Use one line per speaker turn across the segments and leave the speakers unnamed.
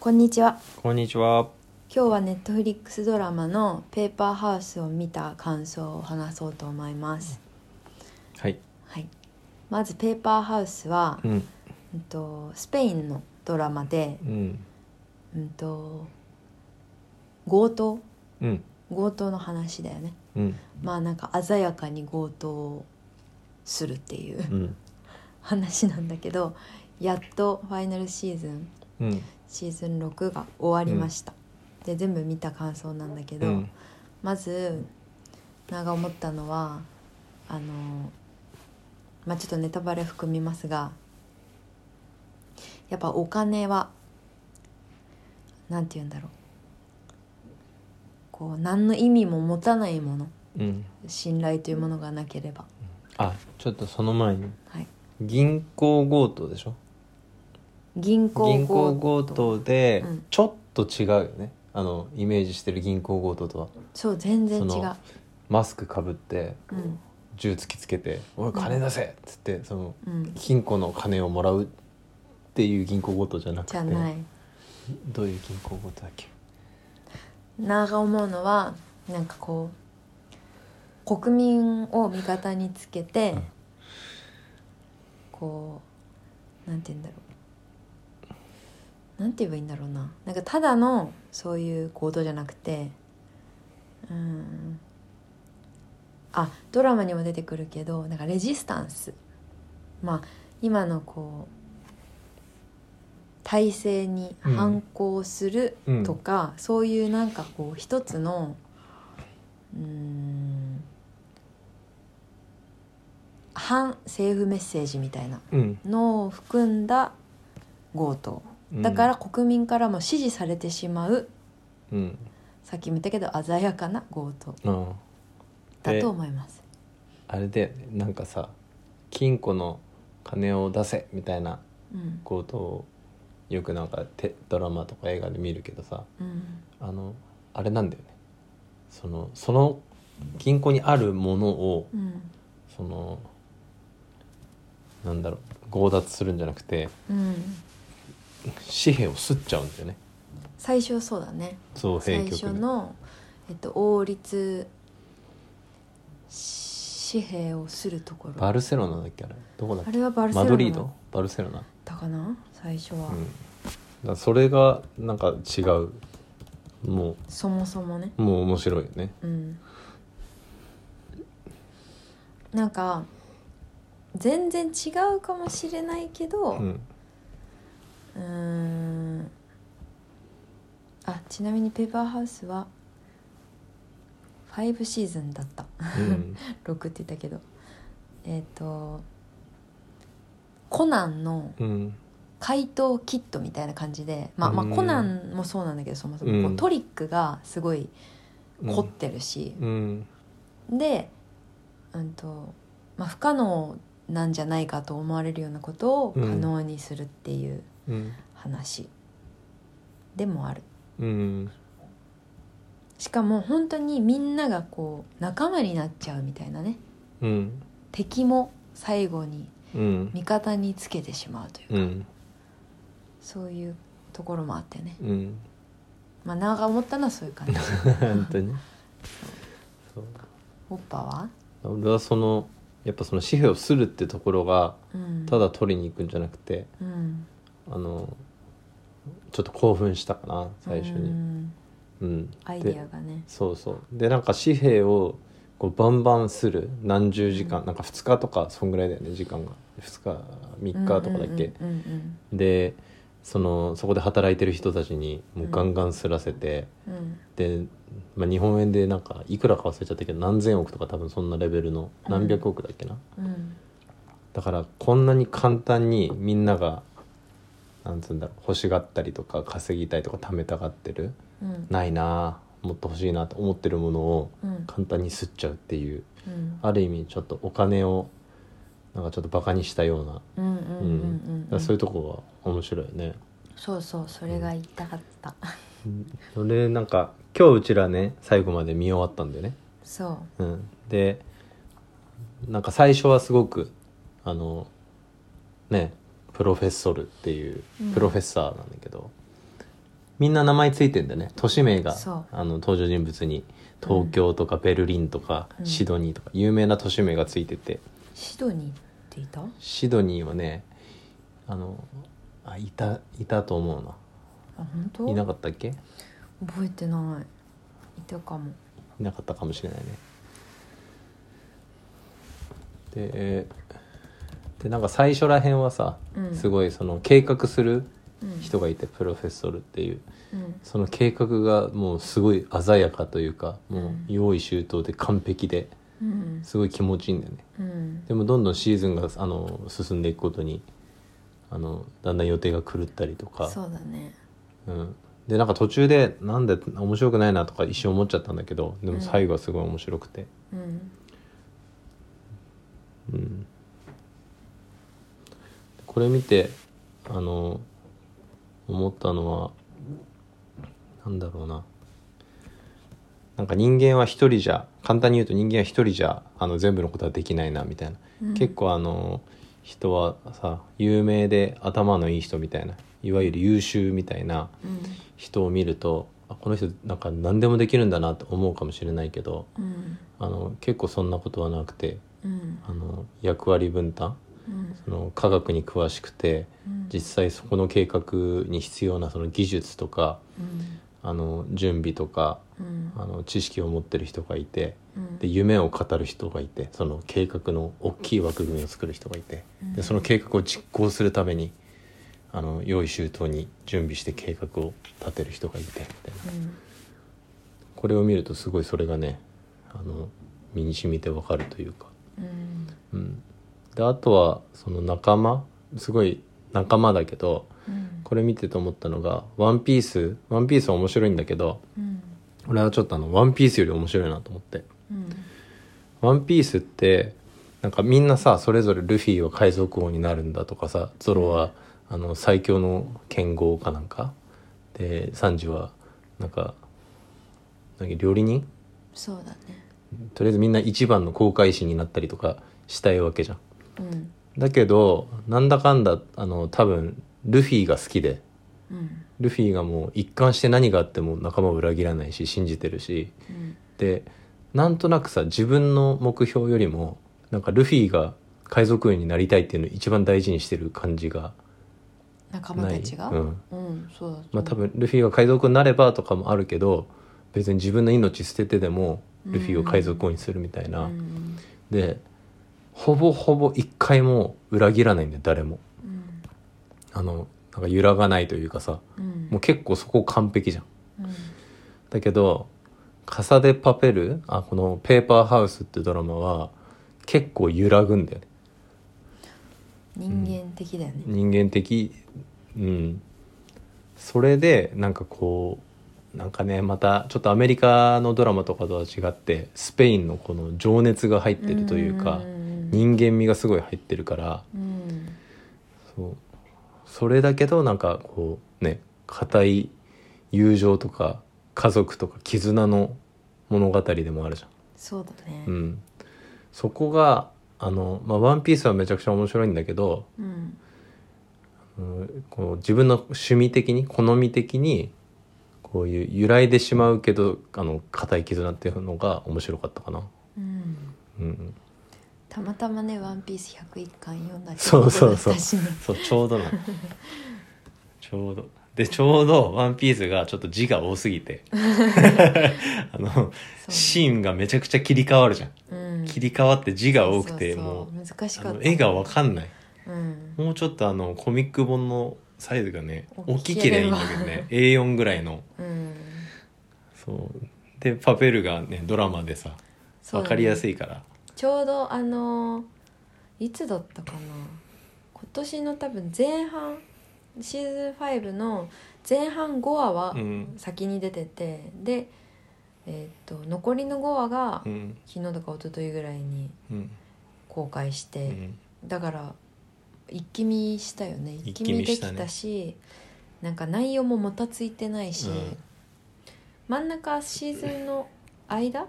こんにちは
こんにちは。
今日はネットフリックスドラマの「ペーパーハウス」を見た感想を話そうと思います、
はい。
はい、まず「ペーパーハウスは」
うん。
うんとスペインのドラマで、
うん。
うん、と強盗
うん。
強盗の話だよね
うん。
まあなんか鮮やかに強盗をするっていう
うん。
話なんだけどやっとファイナルシーズン
うん。
シーズン6が終わりました、で全部見た感想なんだけ
う
ど、
ん。
まずなんか思ったのはあのまあちょっとネタバレ含みますがやっぱお金はなんて言うんだろうこう何の意味も持たないもの
うん。
信頼というものがなければ、
あ、ちょっとその前に。
はい、
銀行強盗でしょ
銀行
銀行強盗で
うん、
ちょっと違うよね。あの、イメージしてる銀行強盗とは。
そう全然違う
そのマスクかぶって、
うん
銃突きつけて、おい、金出せっつって、その、
うん
金庫の金をもらうっていう銀行強盗じゃなく
じ
て
ゃ。ない
どういう銀行強盗だっけ
なが思うのはなんかこう国民を味方につけて、
うん
こうなんて言うんだろうなんて言えばいいんだろうななんかただのそういう行動じゃなくてうんあドラマにも出てくるけどなんかレジスタンスまあ今のこう体制に反抗するとか、そういうなんかこう一つのうーん反政府メッセージみたいな
うん。
のを含んだ強盗
うん
だから、国民からも支持されてしまう、
うん。
さっきも言ったけど鮮やかな強盗
うん。
だ
で
と思います
あれでなんかさ金庫の金を出せみたいな
うん
強盗をよくなんかてドラマとか映画で見るけどさ
うん
あのあれなんだよねそのその銀行にあるものを
うん
そのなんだろう強奪するんじゃなくて
うん
紙幣をすっちゃうんだよね
最初そうだね
そう
最
兵
初
局に
の、えっと、王立紙幣をするところ
バルセロナだっけあれどこだっ
あ
け
れはバルセロナ
マドリードバルセロナ
だかな最初は、
うんだからそれがなんか違うもう
そもそもね
もう面白いよね
うんなんか全然違うかもしれないけど、
うん
うーんあちなみに「ペーパーハウス」は5シーズンだった
うん
6って言ったけどえっ、とコナンの
うん
怪盗キットみたいな感じで、まあ、まあ
うん
コナンもそうなんだけどそもそもこう
うん
トリックがすごい
うん
凝ってるし、
うん
で、うんとまあ、不可能なんじゃないかと思われるようなことを可能にするっていう
うん
話でもある。
うん
しかも本当にみんながこう仲間になっちゃうみたいなね
うん
敵も最後に
うん
味方につけてしまうという、
うん
そういうところもあってね
うん
まあ長思ったのはそういう感じ
本当にそう
おっぱは
俺はそのやっぱその紙幣をするってところが
うん
ただ取りに行くんじゃなくて
うん
あのちょっと興奮したかな最初
う
に
ん
うん
アイデ
で
ィアがね
そうそうでなんか紙幣をこうバンバンする何十時間、なんか2日とかそんぐらいだよね時間が2日3日とかだっけ、
うんうん
でそのそこで働いてる人たちにもうガンガンすらせて、
うんうん
で、まあ、日本円でなんかいくらか忘れちゃったけど何千億とか多分そんなレベルの
うん
何百億だっけな、
うんうん
だからこんなに簡単にみんながなんつうんだろう欲しがったりとか稼ぎたいとか貯めたがってる
うん
ないなあもっと欲しいなと思ってるものを
うん
簡単に吸っちゃうっていう
うん
ある意味ちょっとお金をなんかちょっとバカにしたような、だか
うんうんうんうんう
ら
ん
そういうとこは面白いよね。
そうそうそれが言いたかった
それなんか今日うちらね最後まで見終わったんだよね、
そう
うん、でなんか最初はすごくあのねプロフェッソルっていう
うん
プロフェッサーなんだけど、みんな名前ついてんだよね都市名が
そう
あの登場人物に東京とかベルリンとか、
うん
シドニーとか有名な都市名がついてて
シドニーっていたあ
シドニーはねあのあいたいたと思う
本
ないな
当
かったっけ
覚えてないいたかも
いなかったかもしれないねでえーでなんか最初らへんはさ、
うん
すごいその計画する
うん
人がいて、プロフェッソルっていう
うん
その計画がもうすごい鮮やかというかもう用意周到で完璧で
うん
すごい気持ちいいんだよね
うん
でもどんどんシーズンがあの進んでいくことにあのだんだん予定が狂ったりとか
そうだね
うん、でなんか途中でなんで面白くないなとか一瞬思っちゃったんだけどでも最後はすごい面白くて、
うん
うん、これ見てあの思ったのはなんだろうななんか人間は一人じゃ簡単に言うと人間は一人じゃあの全部のことはできないなみたいな、
うん
結構あの人はさ有名で頭のいい人みたいないわゆる優秀みたいな
うん
人を見るとあこの人なんか何でもできるんだなと思うかもしれないけど
うん
あの結構そんなことはなくて
うん
あの役割分担
うん
その科学に詳しくて
うん
実際そこの計画に必要なその技術とか
うん
あの準備とか
うん
あの知識を持ってる人がいて
うん
で夢を語る人がいてその計画の大きい枠組みを作る人がいてでその計画を実行するためにあの用意周到に準備して計画を立てる人がいてみたいな
うん
これを見るとすごいそれがねあの身に染みてわかるというか。
うん
うん、であとはその仲間すごい仲間だけど
うん
これ見てて思ったのが「ワンピースワンピースは面白いんだけど
うん
俺はちょっとあの「ワンピースより面白いなと思って
うん
「ワンピースってなんかみんなさそれぞれルフィは海賊王になるんだとかさゾロはあの最強の剣豪かなんかでサンジはなんか何料理人
そうだね
とりあえずみんな一番の航海士になったりとかしたいわけじゃん。
うん
だけどなんだかんだあの多分ルフィが好きで
うん
ルフィがもう一貫して何があっても仲間を裏切らないし信じてるし
うん
でなんとなくさ自分の目標よりもなんかルフィが海賊王になりたいっていうのを一番大事にしてる感じが
仲間
な
た
い、
ちが
うん
うんそうだと思う
まあ、多分ルフィが海賊王になればとかもあるけど別に自分の命捨ててでもルフィを海賊王にするみたいな、
うん
でほぼほぼ一回も裏切らないんだよ誰も。
うん
あのなんか揺らがないというかさ
うん
もう結構そこ完璧じゃん
うん
だけど「カサデ・パペル」あこの「ペーパーハウス」ってドラマは結構揺らぐんだよね
人間的だよね
人間的うんそれでなんかこうなんかねまたちょっとアメリカのドラマとかとは違ってスペインのこの情熱が入ってるというか
うん
人間味がすごい入ってるから
うん
そうそれだけどなんかこうね固い友情とか家族とか絆の物語でもあるじゃ
そうだね
ん、うん、そこがあの、まあ、ワンピースはめちゃくちゃ面白いんだけど、
うん
うん、こう自分の趣味的に好み的にこういう揺らいでしまうけどあの固い絆っていうのが面白かったかな、
うん
うんうん、
たまたまね「ワンピース101巻読んだけど
そうそうそう
私ね
そうちょうどな ちょうどでちょうど「ワンピースがちょっと字が多すぎ てあの
そう
シーンがめちゃくちゃ切り替わるじゃん
うん
切り替わって字が多くて
そう
もう
そう難しか
あ
った
の絵がわかんない
うん
もうちょっとあのコミック本のサイズがね
大
大
き
き
け
け
れ
ればいいん
ば
だけどね A4 ぐらいの
うん
そうでパペルがねドラマでさ
そう
わ
だね
かりやすいから
ちょうどあのーいつだったかな今年の多分前半シーズン5の前半5話は
うん
先に出てて、で、えーっと残りの5話が
うん
昨日とか一昨日ぐらいに
うん
公開し
う
て、
ん
だから一気見したよね一
一
気
気
見
見
で
し
き
たね
たしなんか内容ももたついてないし、
うん
真ん中シーズンの間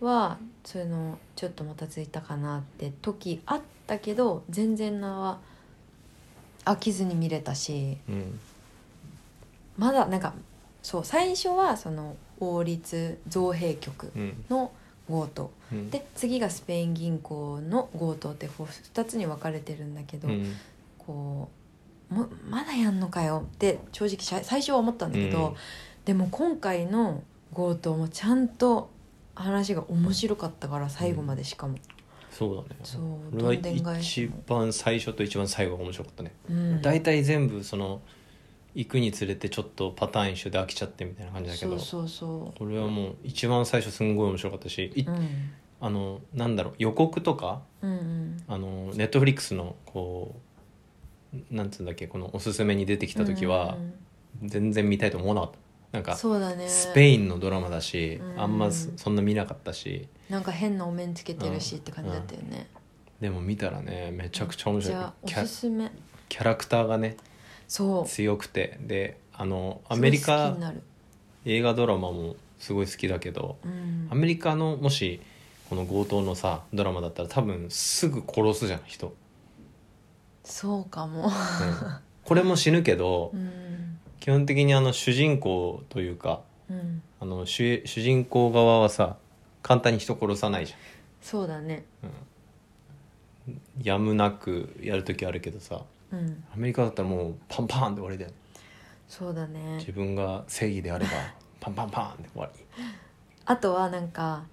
はそのちょっともたついたかなって時あったけど全然なは飽きずに見れたし
うん
まだなんかそう最初はその王立造幣局
うん
の強盗
うん
で次がスペイン銀行の強盗ってこう2つに分かれてるんだけど、
うん
こうもまだやんのかよって正直しゃ最初は思ったんだけど、
うん
でも今回の強盗もちゃんと話が面白かったから最後までしかも、
そうだね
そう
俺は
どんでん返し
一
も
番最初と一番最後が面白かったね
うん
大体全部その行くにつれてちょっとパターン一緒で飽きちゃってみたいな感じだけ
そ
ど
うそうそ、
俺はもう一番最初すんごい面白かったし、いう
うん、
あのなんだろう予告とか
うんうん
あのネットフリックスのこうなんつうんだっけこのおすすめに出てきた時は
うんうんうん
全然見たいと思わなかったなんか
そうだね
スペインのドラマだし、
うん
あんまそそんな見なかったし
なんか変なお面つけてるしって感じだったよね、
でも見たらねめちゃくちゃ面
じ
白い
ゃあお
キャ
すすめ
キャラクターがね
そう
強くてであのアメリ
すごい好き
カ
になる
映画ドラマもすごい好きだけど
うん
アメリカのもしこの強盗のさドラマだったら多分すぐ殺すじゃん 人、
そうかも、
うんこれも死ぬけど
うん
基本的にあの主人公というか
うん、
あの主主人公側はさ簡単に人殺さないじ
そうだね
ゃんやむなくやる時あるけどさ
うん
アメリカだったらもうパンパーンで終わりだよね
そうだね
自分が正義であればパンパンパーンで終わり
あとはなんか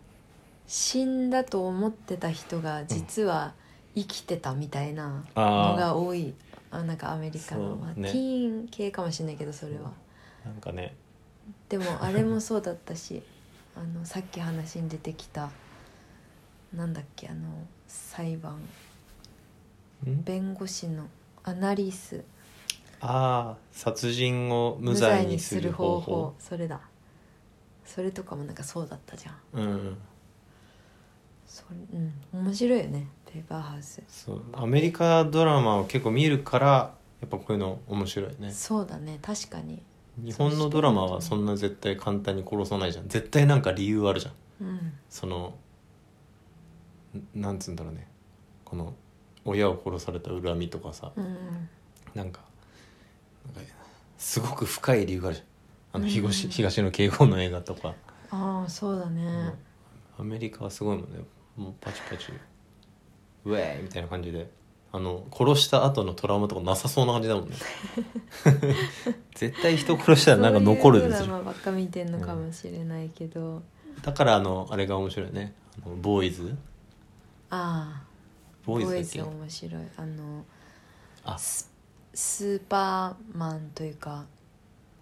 死んだと思ってた人が実は生きてたみたいなのが多い、あなんかアメリカの、
そう
まあ
ね
ティーン系かもしれないけどそれは
なんかね
で もあれもそうだったしあのさっき話に出てきたなんだっけあの裁判
ん
弁護士のアナリース
ああ殺人を無罪にする方法
それだそれとかもなんかそうだったじゃん
うん
それうん面白いよねペーパーハウス
そうアメリカドラマを結構見るからやっぱこういうの面白いね
そうだね確かに
日本のドラマはそんな絶対簡単に殺さないじゃん絶対なんか理由あるじゃん
うん
そのんなんつうんだろうねこの親を殺された恨みとかさ
うんうん
なんかなんかすごく深い理由があるじゃんあの
うん
東,、東野敬吾の映画とか、
ああそうだね
アメリカはすごいもんねもうパチパチウェーイみたいな感じであの殺した後のトラウマとかなさそうな感じだも んね絶対人殺したらなんか残る
そう
で
いう
す
ドラ
よ
マばっか見てんのかもしれないけど、
だからあのあれが面白いねあのボーイズ
ああ
ボーイズだっけ
面白いあの
あ
ススーパーマンというか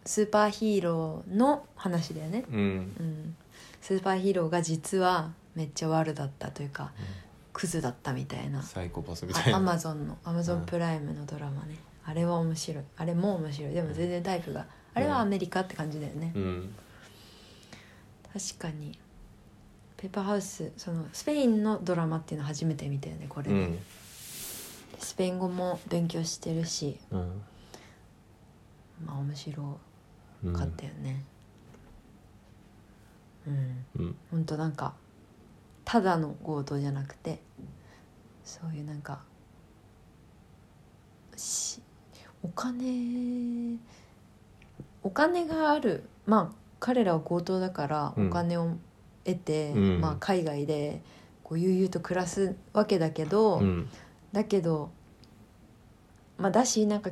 スーパーヒーローの話だよね
うん
うん、スーパーヒーローが実はめっちゃ悪だったというか、クズだったみたいな
サイコパスみたい
あ
な
アマゾンのアマゾ
う
ン
ん
プライムのドラマね、あれは面白いあれも面白いでも全然タイプがあれはアメリカって感じだよね、
うん
確かにペーパーハウスそのスペインのドラマっていうの初めて見たよねこれ、
うん、
スペイン語も勉強してるし
うん
まあ面白
うん
かったよねうん
うん
ほんとなんかただの強盗じゃなくてそういうなんかしお金お金があるまあ彼らは強盗だから
うん
お金を得て、
うん
まあ、海外でこう悠々と暮らすわけだけど、
うん
だけどまあだしなんか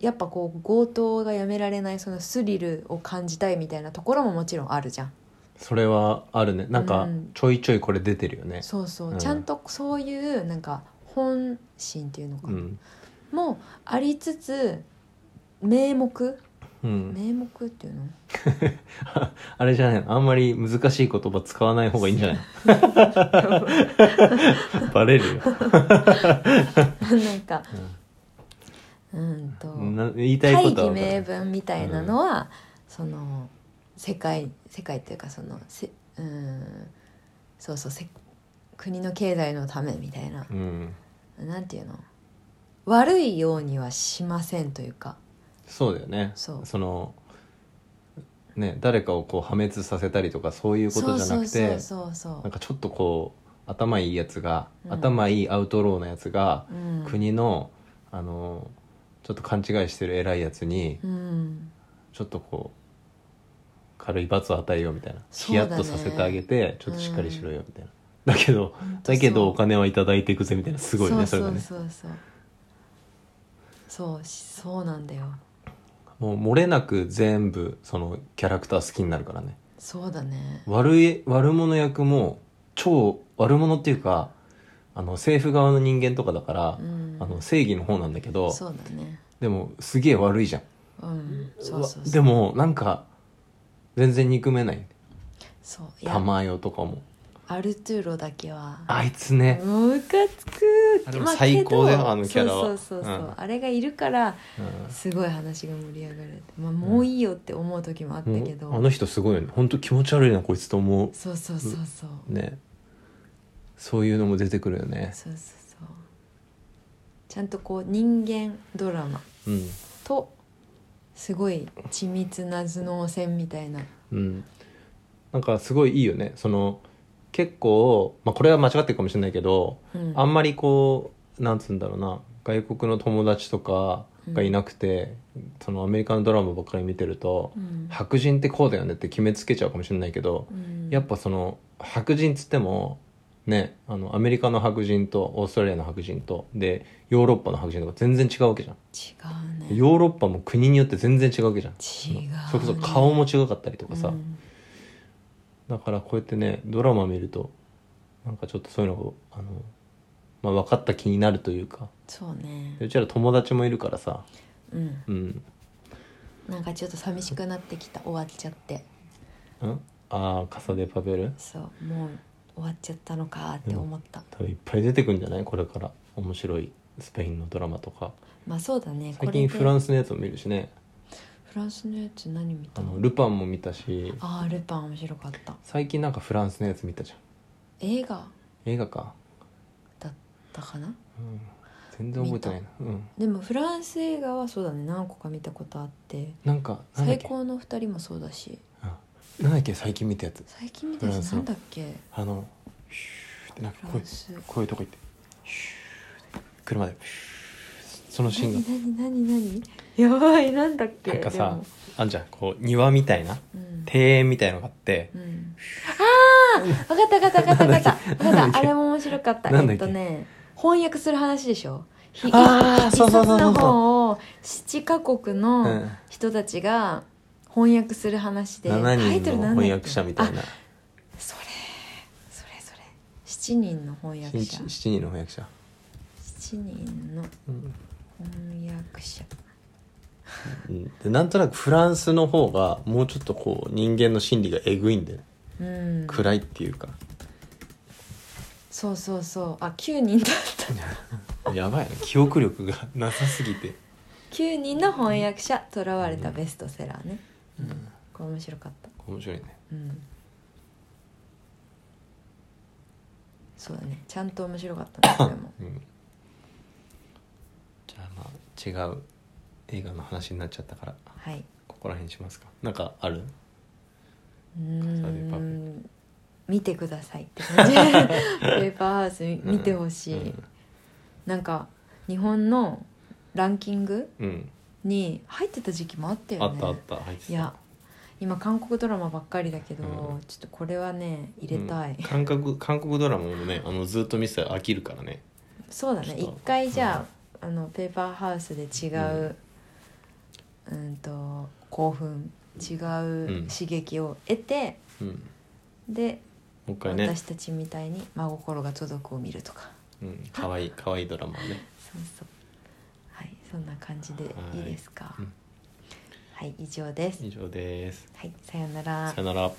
やっぱこう強盗がやめられないそのスリルを感じたいみたいなところももちろんあるじゃん。
それはあるねなんか
うん
ちょいちょいこれ出てるよね
そうそう、
うん
ちゃんとそういうなんか本心っていうのか
う
な、
ん
もありつつ名目
うん
名目っていうの
あれじゃないあんまり難しい言葉使わない方がいいんじゃ ないバレるよ
なんかうんと
な言いたい
大
ことは
義
わかる
名分みたいなのは、その世界世界っていうかそのせうんそうそうせ国の経済のためみたいな、
うん
なんていうの悪いようにはしませんというか
そうだよね
そう
のね誰かをこう破滅させたりとかそういうことじゃなく
そうそ
て
うそうそう
なんかちょっとこう頭いいやつが、
うん
頭いいアウトローなやつが、
うん
国のあのちょっと勘違いしてる偉いやつに
うん、
ちょっとこう軽い罰を与えようみたいな、
そ
ヒ
うだ
ヤ
ね
ッとさせてあげてちょっとしっかりしろよみたいな、だけど
本当そう
だけどお金はいただいていくぜみたいなすごいねそ
そう
れが
そう
ね
そうそうそうしそうなんだよ
もう漏れなく全部そのキャラクター好きになるからね
そうだね
悪い悪者役も超悪者っていうかあの政府側の人間とかだから、
うん
あの正義の方なんだけど
そうだね
でもすげえ悪いじゃん
うんそうそう
わ
そう
でもなんか全然憎めない
そういや
玉代とかも
アルトゥーロだけは
あいつね、
ムカつ
あ
く
れも
まあ
最高だよ
けど
あのキャラは
そうそうそうそう、
うん
あれがいるから
うん
すごい話が盛り上がる、まあ、もういいよって思う時もあったけど、
もうあの人すごいよね本当気持ち悪いなこいつと思
そうそうそうそう、
うねそういうのも出てくるよね
そうそうそうちゃんとこう人間ドラマ
うん
とすごい緻密な頭脳戦みたいな
うんなんかすごいいいよねその結構、まあ、これは間違ってるかもしれないけど、
うん
あんまりこうなんつうんだろうな外国の友達とかがいなくて、そのアメリカのドラマばっかり見てると、
うん
白人ってこうだよねって決めつけちゃうかもしれないけど、
うん
やっぱその白人っつってもねあのアメリカの白人とオーストラリアの白人とでヨーロッパの白人とか全然違うわけじゃん
違うね
ヨーロッパも国によって全然違うわけじゃん
違うね
それこそ顔も違かったりとかさ、
うん
だからこうやってねドラマ見るとなんかちょっとそういうのをあの、まあ、分かった気になるというか
そうね
でうちら友達もいるからさ
うん
うん
なんかちょっと寂しくなってきた終わっちゃって
んああカサデパベル
そうもう終わっちゃったのかーって思った、
多分いっぱい出てくるんじゃないこれから面白いスペインのドラマとか
まあそうだね
最近フラ
ン
ンスのやつも見るしね
フランスのやつ何見
あ
た
のルパンも見たし
ああルパン面白かった
最近なんかフランスのやつ見たじゃ
映画
ん映画か
だったかな
全然覚えてないなうん
でもフランス映画はそうだね何個か見たことあって
なんかなんだっ
最
け
高の二人もそうだし
うんなんだっけ最近見たやつ
最近見たやつ
フ
なん
ランス
だっけ
あのシューってなん
フ
か
ラ
声
ンス
こういうとこ行ってシューって車でシューそのシーンが
何何何 何やばいなんだっけ
なんか
で
さ
も
あんじゃんこう庭みたいな
うん
庭園みたいのがあって
うんああ分かった分かった分かった分かった分か
な
っ
んだ
た
っけ
あれも面白かった
なんだ
え
っ
っ
け
とね翻訳する話でしょひ
あー
一
そ
冊
うそうそうそう
の本を7カ国
う
の
ん
人たちが翻訳する話で、タ
7
イトル
人の
なんだっけ
翻訳者みたい
あ
な
それそれそれ7人の翻訳者
7人の翻訳者
7人の
うん
翻訳者
うんでなんとなくフランスの方がもうちょっとこう人間の心理がえぐいんだよね
うん
暗いっていうか
そうそうそうあ9人だった
やばいね記憶力が なさすぎて
9人の翻訳者「とらわれたベストセラーね」これ面白かった
面白いね
うんそうだねちゃんと面白かったねこれ も
うんじゃあまあ違う映画の話になっちゃったから
はい
ここら辺にしますかなんかある
う
サデパ
ー
ペ
ん見てくださいって 感じペーパーハウス見てほしい、なんか日本のランキング
うん、うん
に入ってた時期もあったよ
あ
ね
ったあった入ってた
いや今韓国ドラマばっかりだけど、
うん
ちょっとこれはね入れたい、
うん韓国韓国ドラマもねあのずっと見てたら飽きるからね
そうだね
ちょ
一
っと
回じゃあ,、あのペーパーハウスで違う、うん、と興奮違う
うん
刺激を得て、
うんも
で、
う一回ね
私たちみたいに「真心が届く」を見るとか
うんかわいいかわいいドラマをね
そうそうはいそんな感じでいいですか
はいうん
はい以上です
以上です
はいさようなら
さよなら